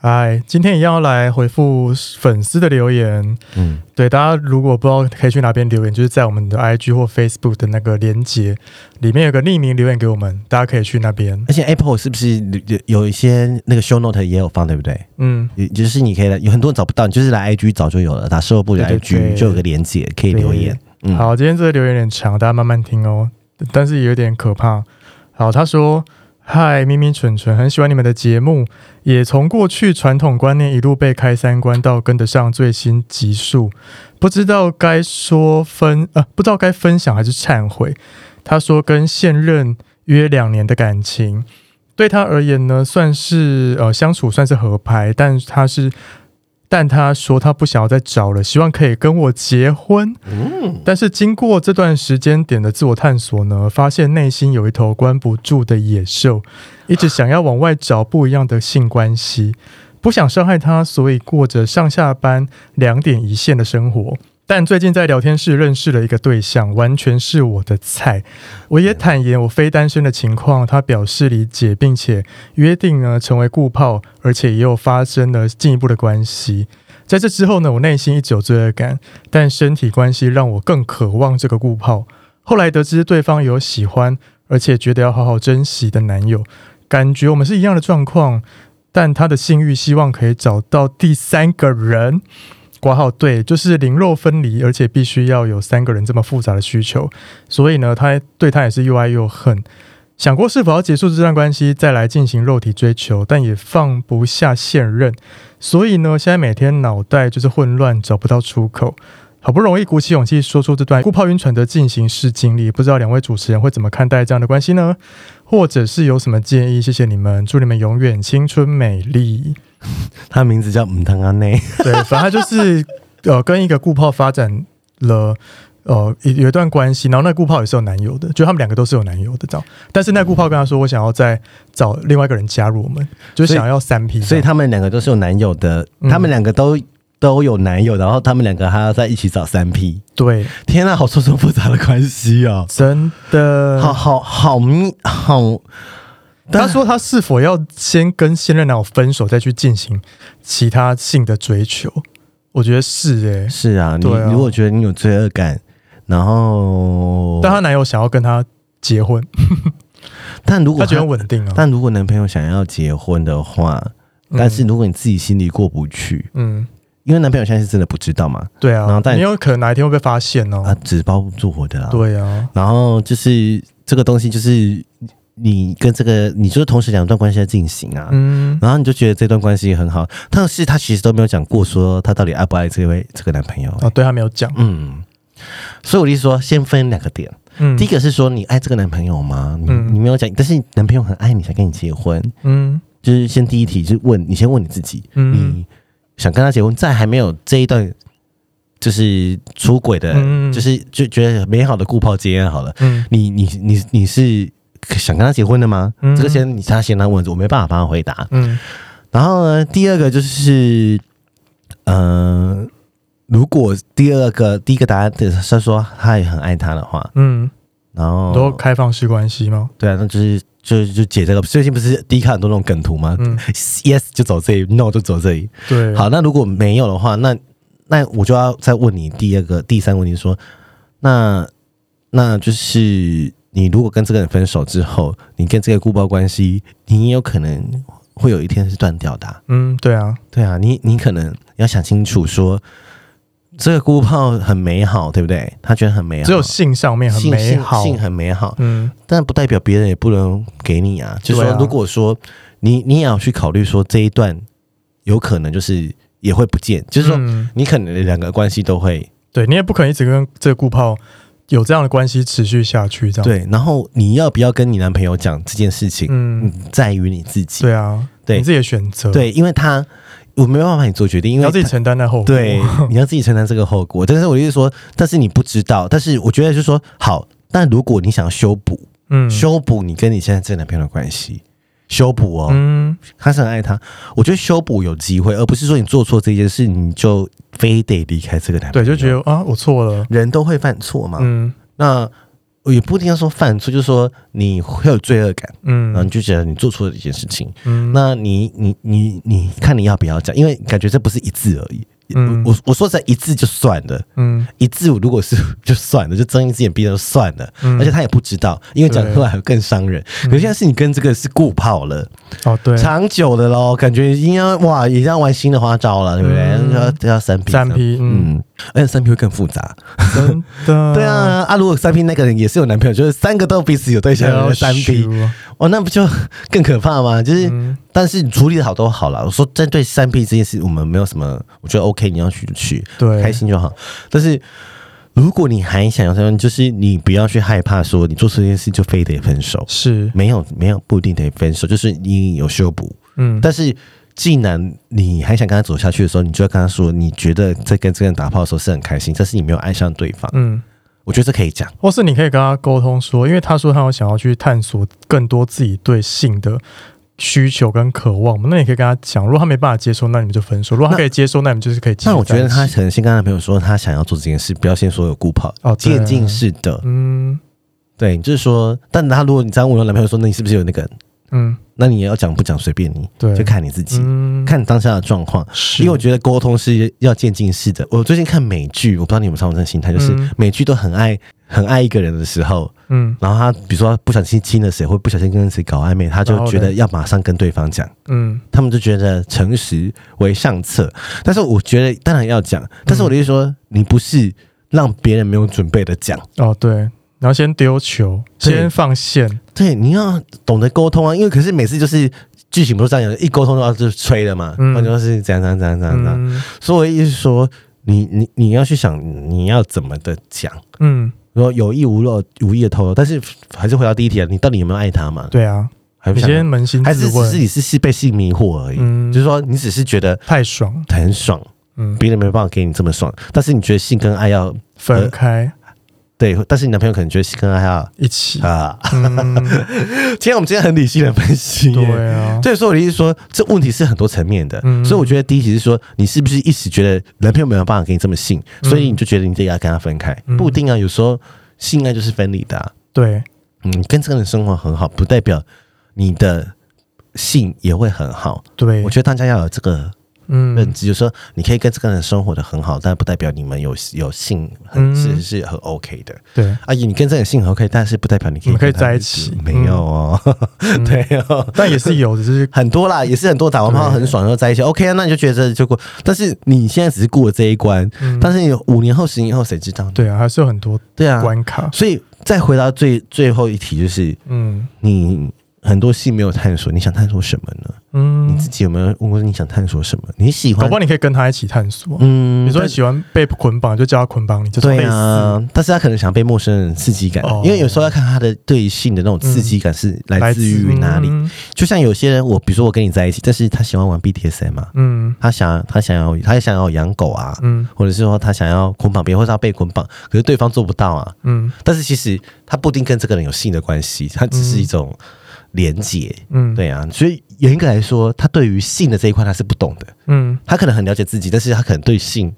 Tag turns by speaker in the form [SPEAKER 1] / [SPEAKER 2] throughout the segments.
[SPEAKER 1] 哎，今天也要来回复粉丝的留言。
[SPEAKER 2] 嗯，
[SPEAKER 1] 对，大家如果不知道可以去哪边留言，就是在我们的 IG 或 Facebook 的那个连接里面有个匿名留言给我们，大家可以去那边。
[SPEAKER 2] 而且 Apple 是不是有有一些那个 Show Note 也有放，对不对？
[SPEAKER 1] 嗯，
[SPEAKER 2] 也就是你可以来，有很多人找不到，你就是来 IG 找就有了，打售后部的
[SPEAKER 1] 对
[SPEAKER 2] IG
[SPEAKER 1] 对对
[SPEAKER 2] 就有个连接可以留言。嗯
[SPEAKER 1] 好，今天这个留言有点长，大家慢慢听哦，但是也有点可怕。好，他说：“嗨，咪咪蠢蠢，很喜欢你们的节目，也从过去传统观念一路被开三观到跟得上最新集数，不知道该说分呃，不知道该分享还是忏悔。”他说：“跟现任约两年的感情，对他而言呢，算是呃相处算是合拍，但他是。”但他说他不想要再找了，希望可以跟我结婚。但是经过这段时间点的自我探索呢，发现内心有一头关不住的野兽，一直想要往外找不一样的性关系，不想伤害他，所以过着上下班两点一线的生活。但最近在聊天室认识了一个对象，完全是我的菜。我也坦言我非单身的情况，他表示理解，并且约定呢成为固炮，而且也有发生了进一步的关系。在这之后呢，我内心一直有罪恶感，但身体关系让我更渴望这个固炮。后来得知对方有喜欢，而且觉得要好好珍惜的男友，感觉我们是一样的状况，但他的性欲希望可以找到第三个人。挂号对，就是灵肉分离，而且必须要有三个人这么复杂的需求，所以呢，他对他也是又爱又恨。想过是否要结束这段关系，再来进行肉体追求，但也放不下现任，所以呢，现在每天脑袋就是混乱，找不到出口。好不容易鼓起勇气说出这段顾泡晕船的进行式经历，不知道两位主持人会怎么看待这样的关系呢？或者是有什么建议？谢谢你们，祝你们永远青春美丽。
[SPEAKER 2] 他名字叫啊姆汤阿内，
[SPEAKER 1] 对，反正他就是 呃，跟一个顾泡发展了呃一有一段关系，然后那顾泡也是有男友的，就他们两个都是有男友的这样。但是那顾泡跟他说，我想要再找另外一个人加入我们，就是
[SPEAKER 2] 所以
[SPEAKER 1] 想要三 P，
[SPEAKER 2] 所以他们两个都是有男友的，
[SPEAKER 1] 嗯
[SPEAKER 2] 他们两个都都有男友，然后他们两个还要在一起找三 P。
[SPEAKER 1] 对，
[SPEAKER 2] 天啊，好错综复杂的关系哦，
[SPEAKER 1] 真的
[SPEAKER 2] 好好好密好。
[SPEAKER 1] 他说他是否要先跟现任男友分手，再去进行其他性的追求？我觉得是诶、
[SPEAKER 2] 是啊，你
[SPEAKER 1] 对啊
[SPEAKER 2] 如果觉得你有罪恶感，然后
[SPEAKER 1] 但她男友想要跟她结婚，
[SPEAKER 2] 但如果
[SPEAKER 1] 她觉得
[SPEAKER 2] 他
[SPEAKER 1] 很稳定啊。
[SPEAKER 2] 但如果男朋友想要结婚的话，但是如果你自己心里过不去，
[SPEAKER 1] 嗯，
[SPEAKER 2] 因为男朋友现在是真的不知道嘛，
[SPEAKER 1] 对
[SPEAKER 2] 然
[SPEAKER 1] 啊
[SPEAKER 2] 后，但
[SPEAKER 1] 你有可能哪一天会被发现哦。
[SPEAKER 2] 啊，纸包不住火的啦。，
[SPEAKER 1] 对啊，
[SPEAKER 2] 然后就是这个东西，就是你跟这个，你就是同时两段关系在进行啊。
[SPEAKER 1] 嗯，
[SPEAKER 2] 然后你就觉得这段关系很好，但是他其实都没有讲过说他到底爱不爱这位这个男朋友、
[SPEAKER 1] 啊，对他没有讲。
[SPEAKER 2] 嗯，所以我的意思说，先分两个点，
[SPEAKER 1] 嗯，
[SPEAKER 2] 第一个是说你爱这个男朋友吗？你、
[SPEAKER 1] 嗯
[SPEAKER 2] 你没有讲，但是你男朋友很爱你，想跟你结婚，
[SPEAKER 1] 嗯
[SPEAKER 2] 就是先第一题，就是问你先问你自己，
[SPEAKER 1] 嗯
[SPEAKER 2] 你想跟他结婚，在还没有这一段就是出轨的，
[SPEAKER 1] 嗯
[SPEAKER 2] 就是就觉得美好的顾泡经验好了，
[SPEAKER 1] 嗯
[SPEAKER 2] 你你你你是想跟他结婚的吗？
[SPEAKER 1] 嗯
[SPEAKER 2] 这个先你他先来问，我没办法帮他回答。
[SPEAKER 1] 嗯
[SPEAKER 2] 然后呢，第二个就是，呃，如果第二个第一个答案的是说他也很爱他的话，
[SPEAKER 1] 嗯，
[SPEAKER 2] 然
[SPEAKER 1] 都
[SPEAKER 2] 后
[SPEAKER 1] 开放式关系吗？
[SPEAKER 2] 对啊，那就是就就解这个。最近不是第一看很多那种梗图吗、
[SPEAKER 1] 嗯，
[SPEAKER 2] y e s 就走这里，No 就走这里。
[SPEAKER 1] 对，啊
[SPEAKER 2] 好，那如果没有的话，那那我就要再问你第二个、第三个问题说，那那就是你如果跟这个人分手之后，你跟这个顾包关系，你也有可能会有一天是断掉的啊、
[SPEAKER 1] 嗯，对啊，
[SPEAKER 2] 对啊，你你可能要想清楚说，这个顾泡很美好，对不对？他觉得很美好，
[SPEAKER 1] 只有性上面很
[SPEAKER 2] 性
[SPEAKER 1] 美好。
[SPEAKER 2] 性性很美好，
[SPEAKER 1] 嗯
[SPEAKER 2] 但不代表别人也不能给你啊。就是
[SPEAKER 1] 对
[SPEAKER 2] 说
[SPEAKER 1] 啊，
[SPEAKER 2] 如果说你你也要去考虑说这一段有可能就是也会不见，就是说
[SPEAKER 1] 嗯
[SPEAKER 2] 你可能两个关系都会
[SPEAKER 1] 对你也不可能一直跟这个顾泡有这样的关系持续下去，这样。
[SPEAKER 2] 对，然后你要不要跟你男朋友讲这件事情，
[SPEAKER 1] 嗯，
[SPEAKER 2] 在于你自己。
[SPEAKER 1] 对啊，
[SPEAKER 2] 对
[SPEAKER 1] 你自己的选择，，
[SPEAKER 2] 对，因为他我没有办法帮你做决定，因
[SPEAKER 1] 你
[SPEAKER 2] 为
[SPEAKER 1] 要自己承担那后果。
[SPEAKER 2] 对，你要自己承担这个后果。但是我就是说，但是你不知道，但是我觉得就是说，好，但如果你想修补，
[SPEAKER 1] 嗯
[SPEAKER 2] 修补你跟你现在这个男朋友的关系，修补哦，
[SPEAKER 1] 嗯
[SPEAKER 2] 他是很爱他，我觉得修补有机会，而不是说你做错这件事你就非得离开这个男朋
[SPEAKER 1] 对，
[SPEAKER 2] 友。
[SPEAKER 1] 就觉得啊，我错了，
[SPEAKER 2] 人都会犯错嘛，
[SPEAKER 1] 嗯
[SPEAKER 2] 那也不一定要说犯错，就是说你会有罪恶感，然后
[SPEAKER 1] 嗯
[SPEAKER 2] 你就觉得你做错了一件事情，
[SPEAKER 1] 嗯，
[SPEAKER 2] 那你你你你看你要不要讲？因为感觉这不是一字而已。
[SPEAKER 1] 嗯
[SPEAKER 2] 我我说实在一字就算了，
[SPEAKER 1] 嗯
[SPEAKER 2] 一字如果是 就算了，就睁一只眼闭一只眼就算了，
[SPEAKER 1] 嗯
[SPEAKER 2] 而且他也不知道，因为讲出来更伤人。可是现在是你跟这个是固泡了，
[SPEAKER 1] 哦对，
[SPEAKER 2] 长久的喽，感觉已经要哇，也要玩新的花招了，对不
[SPEAKER 1] 嗯
[SPEAKER 2] 对？要要三 P
[SPEAKER 1] 三 P，嗯，
[SPEAKER 2] 嗯，而且三 P 会更复杂。
[SPEAKER 1] 真的，
[SPEAKER 2] 对，啊，啊，如果三 P 那个人也是有男朋友，就是三个都彼此有对象的三 P，哦，那不就更可怕吗？就是。
[SPEAKER 1] 嗯
[SPEAKER 2] 但是你处理的好都好了。我说针对三 P 这件事，我们没有什么，我觉得 OK，你要去就去，
[SPEAKER 1] 对，
[SPEAKER 2] 开，心就好。但是如果你还想要这样，就是你不要去害怕说你做这件事就非得分手，
[SPEAKER 1] 是，
[SPEAKER 2] 没有没有不一定得分手，就是你有修补。
[SPEAKER 1] 嗯，
[SPEAKER 2] 但是既然你还想跟他走下去的时候，你就要跟他说，你觉得在跟这个人打炮的时候是很开心，但是你没有爱上对方，
[SPEAKER 1] 嗯，
[SPEAKER 2] 我觉得这可以讲。
[SPEAKER 1] 或是你可以跟他沟通说，因为他说他有想要去探索更多自己对性的需求跟渴望嘛，那你可以跟他讲，如果他没办法接受，那你们就分手；如果他
[SPEAKER 2] 那
[SPEAKER 1] 可以接受，那你们就是可以继续在
[SPEAKER 2] 但
[SPEAKER 1] 一
[SPEAKER 2] 我
[SPEAKER 1] 起。
[SPEAKER 2] 觉得他可能先跟他朋友说他想要做这件事，不要先说有顾跑
[SPEAKER 1] 哦，对啊
[SPEAKER 2] 渐进式的。
[SPEAKER 1] 嗯
[SPEAKER 2] 对，就是说，但他如果你这样问我男朋友说，那你是不是有那个？
[SPEAKER 1] 嗯
[SPEAKER 2] 那你要讲不讲随便你，
[SPEAKER 1] 对
[SPEAKER 2] 就看你自己，
[SPEAKER 1] 嗯，
[SPEAKER 2] 看你当下的状况。
[SPEAKER 1] 是，
[SPEAKER 2] 因为我觉得沟通是要渐进式的。我最近看美剧，我不知道你们常有这种心态，就是
[SPEAKER 1] 嗯
[SPEAKER 2] 美剧都很爱很爱一个人的时候，
[SPEAKER 1] 嗯
[SPEAKER 2] 然后他比如说他不小心亲了谁，或不小心跟谁搞暧昧，他
[SPEAKER 1] 然
[SPEAKER 2] 就
[SPEAKER 1] 后
[SPEAKER 2] 觉
[SPEAKER 1] 嘞
[SPEAKER 2] 得要马上跟对方讲。
[SPEAKER 1] 嗯
[SPEAKER 2] 他们就觉得诚实为上策，但是我觉得当然要讲，但是我的意思说，你不是让别人没有准备的讲，
[SPEAKER 1] 哦对，然后先丢球，
[SPEAKER 2] 对
[SPEAKER 1] 先放线，
[SPEAKER 2] 对，你要懂得沟通啊，因为可是每次就是剧情不是这样，一沟通的话就吹了嘛，
[SPEAKER 1] 嗯
[SPEAKER 2] 那、就是怎样怎样怎样怎样怎样。
[SPEAKER 1] 嗯
[SPEAKER 2] 所以我的意思是说，你你你要去想你要怎么的讲，
[SPEAKER 1] 嗯，
[SPEAKER 2] 然后有意无漏无意的透露，但是还是回到第一题啊，你到底有没有爱他嘛？
[SPEAKER 1] 对啊，
[SPEAKER 2] 还不
[SPEAKER 1] 你
[SPEAKER 2] 想
[SPEAKER 1] 先扪心
[SPEAKER 2] 还是
[SPEAKER 1] 自
[SPEAKER 2] 只是
[SPEAKER 1] 问，
[SPEAKER 2] 你是是被性迷惑而已，
[SPEAKER 1] 嗯
[SPEAKER 2] 就是说你只是觉得
[SPEAKER 1] 太爽，
[SPEAKER 2] 很爽，
[SPEAKER 1] 嗯，
[SPEAKER 2] 别人没办法给你这么爽，但是你觉得性跟爱要
[SPEAKER 1] 分开
[SPEAKER 2] 对，但是你男朋友可能觉得性跟爱要
[SPEAKER 1] 一起，
[SPEAKER 2] 啊，
[SPEAKER 1] 嗯，
[SPEAKER 2] 今天我们今天很理性的分析耶，
[SPEAKER 1] 对啊，
[SPEAKER 2] 对，所以我的意思是说，这问题是很多层面的，
[SPEAKER 1] 嗯
[SPEAKER 2] 所以我觉得第一题是说，你是不是一时觉得男朋友没有办法给你这么信，
[SPEAKER 1] 嗯
[SPEAKER 2] 所以你就觉得你得要跟他分开？
[SPEAKER 1] 嗯
[SPEAKER 2] 不一定啊，有时候性爱就是分离的、啊。
[SPEAKER 1] 对，
[SPEAKER 2] 嗯，跟这个人生活很好，不代表你的性也会很好。
[SPEAKER 1] 对
[SPEAKER 2] 我，觉得大家要有这个认
[SPEAKER 1] 嗯，
[SPEAKER 2] 知，就是说你可以跟这个人生活的很好，但不代表你们有有性很
[SPEAKER 1] 嗯
[SPEAKER 2] 是是很 OK 的。
[SPEAKER 1] 对，
[SPEAKER 2] 阿姨，你跟这个人性很 OK，但是不代表你可以
[SPEAKER 1] 你们可以
[SPEAKER 2] 跟他
[SPEAKER 1] 在一
[SPEAKER 2] 直
[SPEAKER 1] 起
[SPEAKER 2] 没有哦，
[SPEAKER 1] 嗯
[SPEAKER 2] 对哦。
[SPEAKER 1] 但也是有，只 是
[SPEAKER 2] 很多啦，也是很多打完炮很爽，然后在一起。OK 啊，那你就觉得就过。但是你现在只是过了这一关，
[SPEAKER 1] 嗯
[SPEAKER 2] 但是你五年后、十年后谁知道呢？
[SPEAKER 1] 对啊，还是有很多
[SPEAKER 2] 对啊，
[SPEAKER 1] 关卡，
[SPEAKER 2] 所以再回到最最后一题，就是
[SPEAKER 1] 嗯
[SPEAKER 2] 你很多戏没有探索，你想探索什么呢？
[SPEAKER 1] 嗯
[SPEAKER 2] 你，自己有没有问过你想探索什么？你喜
[SPEAKER 1] 搞
[SPEAKER 2] 欢
[SPEAKER 1] 不好？你可以跟他一起探索。
[SPEAKER 2] 嗯
[SPEAKER 1] 你说你
[SPEAKER 2] 但
[SPEAKER 1] 喜欢被捆绑，就叫他捆绑你，就是
[SPEAKER 2] 对
[SPEAKER 1] 类似
[SPEAKER 2] 啊，但是他可能想被陌生人刺激感，
[SPEAKER 1] 哦
[SPEAKER 2] 因为有时候要看他的对性的那种刺激感是来自于哪里。？
[SPEAKER 1] 嗯
[SPEAKER 2] 就像有些人，我比如说我跟你在一起，但是他喜欢玩 BDSM 嘛，
[SPEAKER 1] 嗯
[SPEAKER 2] 啊他想他想要他想要养狗啊，
[SPEAKER 1] 嗯
[SPEAKER 2] 或者是说他想要捆绑别人，或者他被捆绑，可是对方做不到啊。
[SPEAKER 1] 嗯
[SPEAKER 2] 但是其实他不一定跟这个人有性的关系，他只是一种连结，
[SPEAKER 1] 嗯，，
[SPEAKER 2] 对啊。所以严格来说，他对于性的这一块他是不懂的，
[SPEAKER 1] 嗯
[SPEAKER 2] 他可能很了解自己，但是他可能对性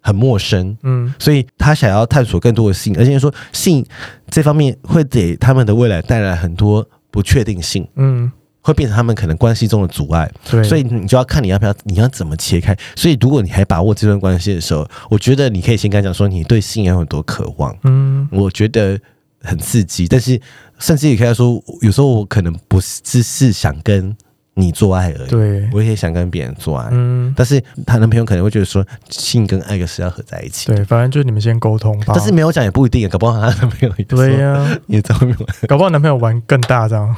[SPEAKER 2] 很陌生。
[SPEAKER 1] 嗯
[SPEAKER 2] 所以他想要探索更多的性，而且说性这方面会给他们的未来带来很多不确定性，
[SPEAKER 1] 嗯，
[SPEAKER 2] 会变成他们可能关系中的阻碍。
[SPEAKER 1] 对，
[SPEAKER 2] 所以你就要看你要不要，你要怎么切开。所以如果你还把握这段关系的时候，我觉得你可以先跟他讲说你对性有很多渴望，
[SPEAKER 1] 嗯
[SPEAKER 2] 我觉得很刺激，但是甚至也可以说，有时候我可能不是只是想跟你做爱而已，
[SPEAKER 1] 对，
[SPEAKER 2] 我也想跟别人做爱。
[SPEAKER 1] 嗯
[SPEAKER 2] 但是她男朋友可能会觉得说，性跟爱是要合在一起，
[SPEAKER 1] 对，反正就是你们先沟通吧。
[SPEAKER 2] 但是没有讲也不一定，搞不好她男朋友也说
[SPEAKER 1] 对呀，
[SPEAKER 2] 也在外面玩。
[SPEAKER 1] 搞不好男朋友玩更大这 样，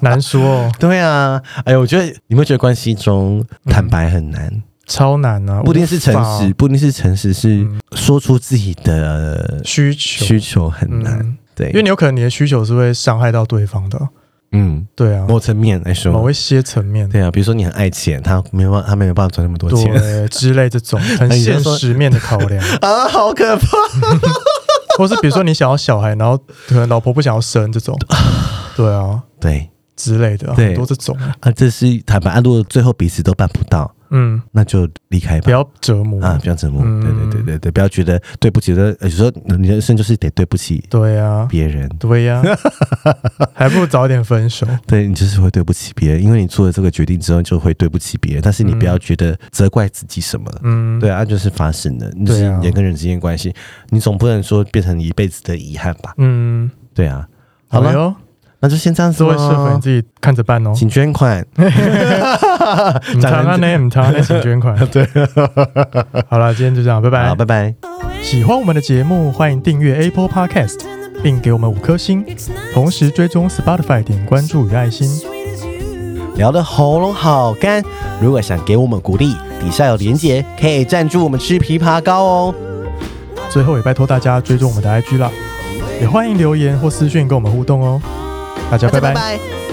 [SPEAKER 1] 难说哦，
[SPEAKER 2] 对啊，哎，我觉得你们觉得关系中坦白很难，
[SPEAKER 1] 超难啊，
[SPEAKER 2] 不一定是诚
[SPEAKER 1] 无
[SPEAKER 2] 实，
[SPEAKER 1] 法
[SPEAKER 2] 不一定是诚实，是
[SPEAKER 1] 嗯
[SPEAKER 2] 说出自己的
[SPEAKER 1] 需求，
[SPEAKER 2] 需求很难。
[SPEAKER 1] 嗯
[SPEAKER 2] 对，
[SPEAKER 1] 因为你有可能你的需求是会伤害到对方的，
[SPEAKER 2] 嗯，
[SPEAKER 1] 对啊，
[SPEAKER 2] 某层面来
[SPEAKER 1] 某
[SPEAKER 2] 说，
[SPEAKER 1] 一些层面，
[SPEAKER 2] 对啊，比如说你很爱钱，他没有办法，他没有办法赚那么多 钱
[SPEAKER 1] 对之类这种很
[SPEAKER 2] 那你就
[SPEAKER 1] 现
[SPEAKER 2] 说
[SPEAKER 1] 实面的考量，
[SPEAKER 2] 啊，好可怕！
[SPEAKER 1] 或是比如说你想要小孩，然后可能老婆不想要生 这种，对啊
[SPEAKER 2] 对
[SPEAKER 1] 之类的，
[SPEAKER 2] 对
[SPEAKER 1] 很多这种，
[SPEAKER 2] 啊，这是坦白，啊，如果最后彼此都办不到，
[SPEAKER 1] 嗯，
[SPEAKER 2] 那就离开
[SPEAKER 1] 不
[SPEAKER 2] 吧。
[SPEAKER 1] 要折磨，
[SPEAKER 2] 啊，不要折磨，
[SPEAKER 1] 嗯
[SPEAKER 2] 对对对对对，不要觉得对不起的，有时候你人生就是得对不起
[SPEAKER 1] 对啊，
[SPEAKER 2] 别人，
[SPEAKER 1] 对 呀、还不如早点分手，
[SPEAKER 2] 对你就是会对不起别人，因为你做了这个决定之后就会对不起别人，但是你不要觉得责怪自己什么，
[SPEAKER 1] 嗯，
[SPEAKER 2] 对啊，就是发生的，就
[SPEAKER 1] 对
[SPEAKER 2] 是
[SPEAKER 1] 啊
[SPEAKER 2] 人跟人之间关系，你总不能说变成一辈子的遗憾吧？
[SPEAKER 1] 嗯，
[SPEAKER 2] 对啊，好
[SPEAKER 1] 好
[SPEAKER 2] 了，
[SPEAKER 1] 了，
[SPEAKER 2] 那就先这样子
[SPEAKER 1] 这位社粉
[SPEAKER 2] 喽
[SPEAKER 1] 你，自己看着办哦。嗯
[SPEAKER 2] 请捐 款，
[SPEAKER 1] 唔长安呢，唔长安呢，请捐 款。对，好了，今天就这样，拜拜
[SPEAKER 2] 好，。拜拜。
[SPEAKER 1] 喜欢我们的节目，欢迎订阅 Apple Podcast，并给我们五颗星，同时追踪 Spotify 点关注与爱心。
[SPEAKER 2] 聊得喉咙好干。如果想给我们鼓励，底下有连结，可以赞助我们吃枇杷膏哦。
[SPEAKER 1] 最后也拜托大家追踪我们的 IG 啦，也欢迎留言或私讯跟我们互动哦。大家
[SPEAKER 2] 大家
[SPEAKER 1] 拜拜
[SPEAKER 2] 拜拜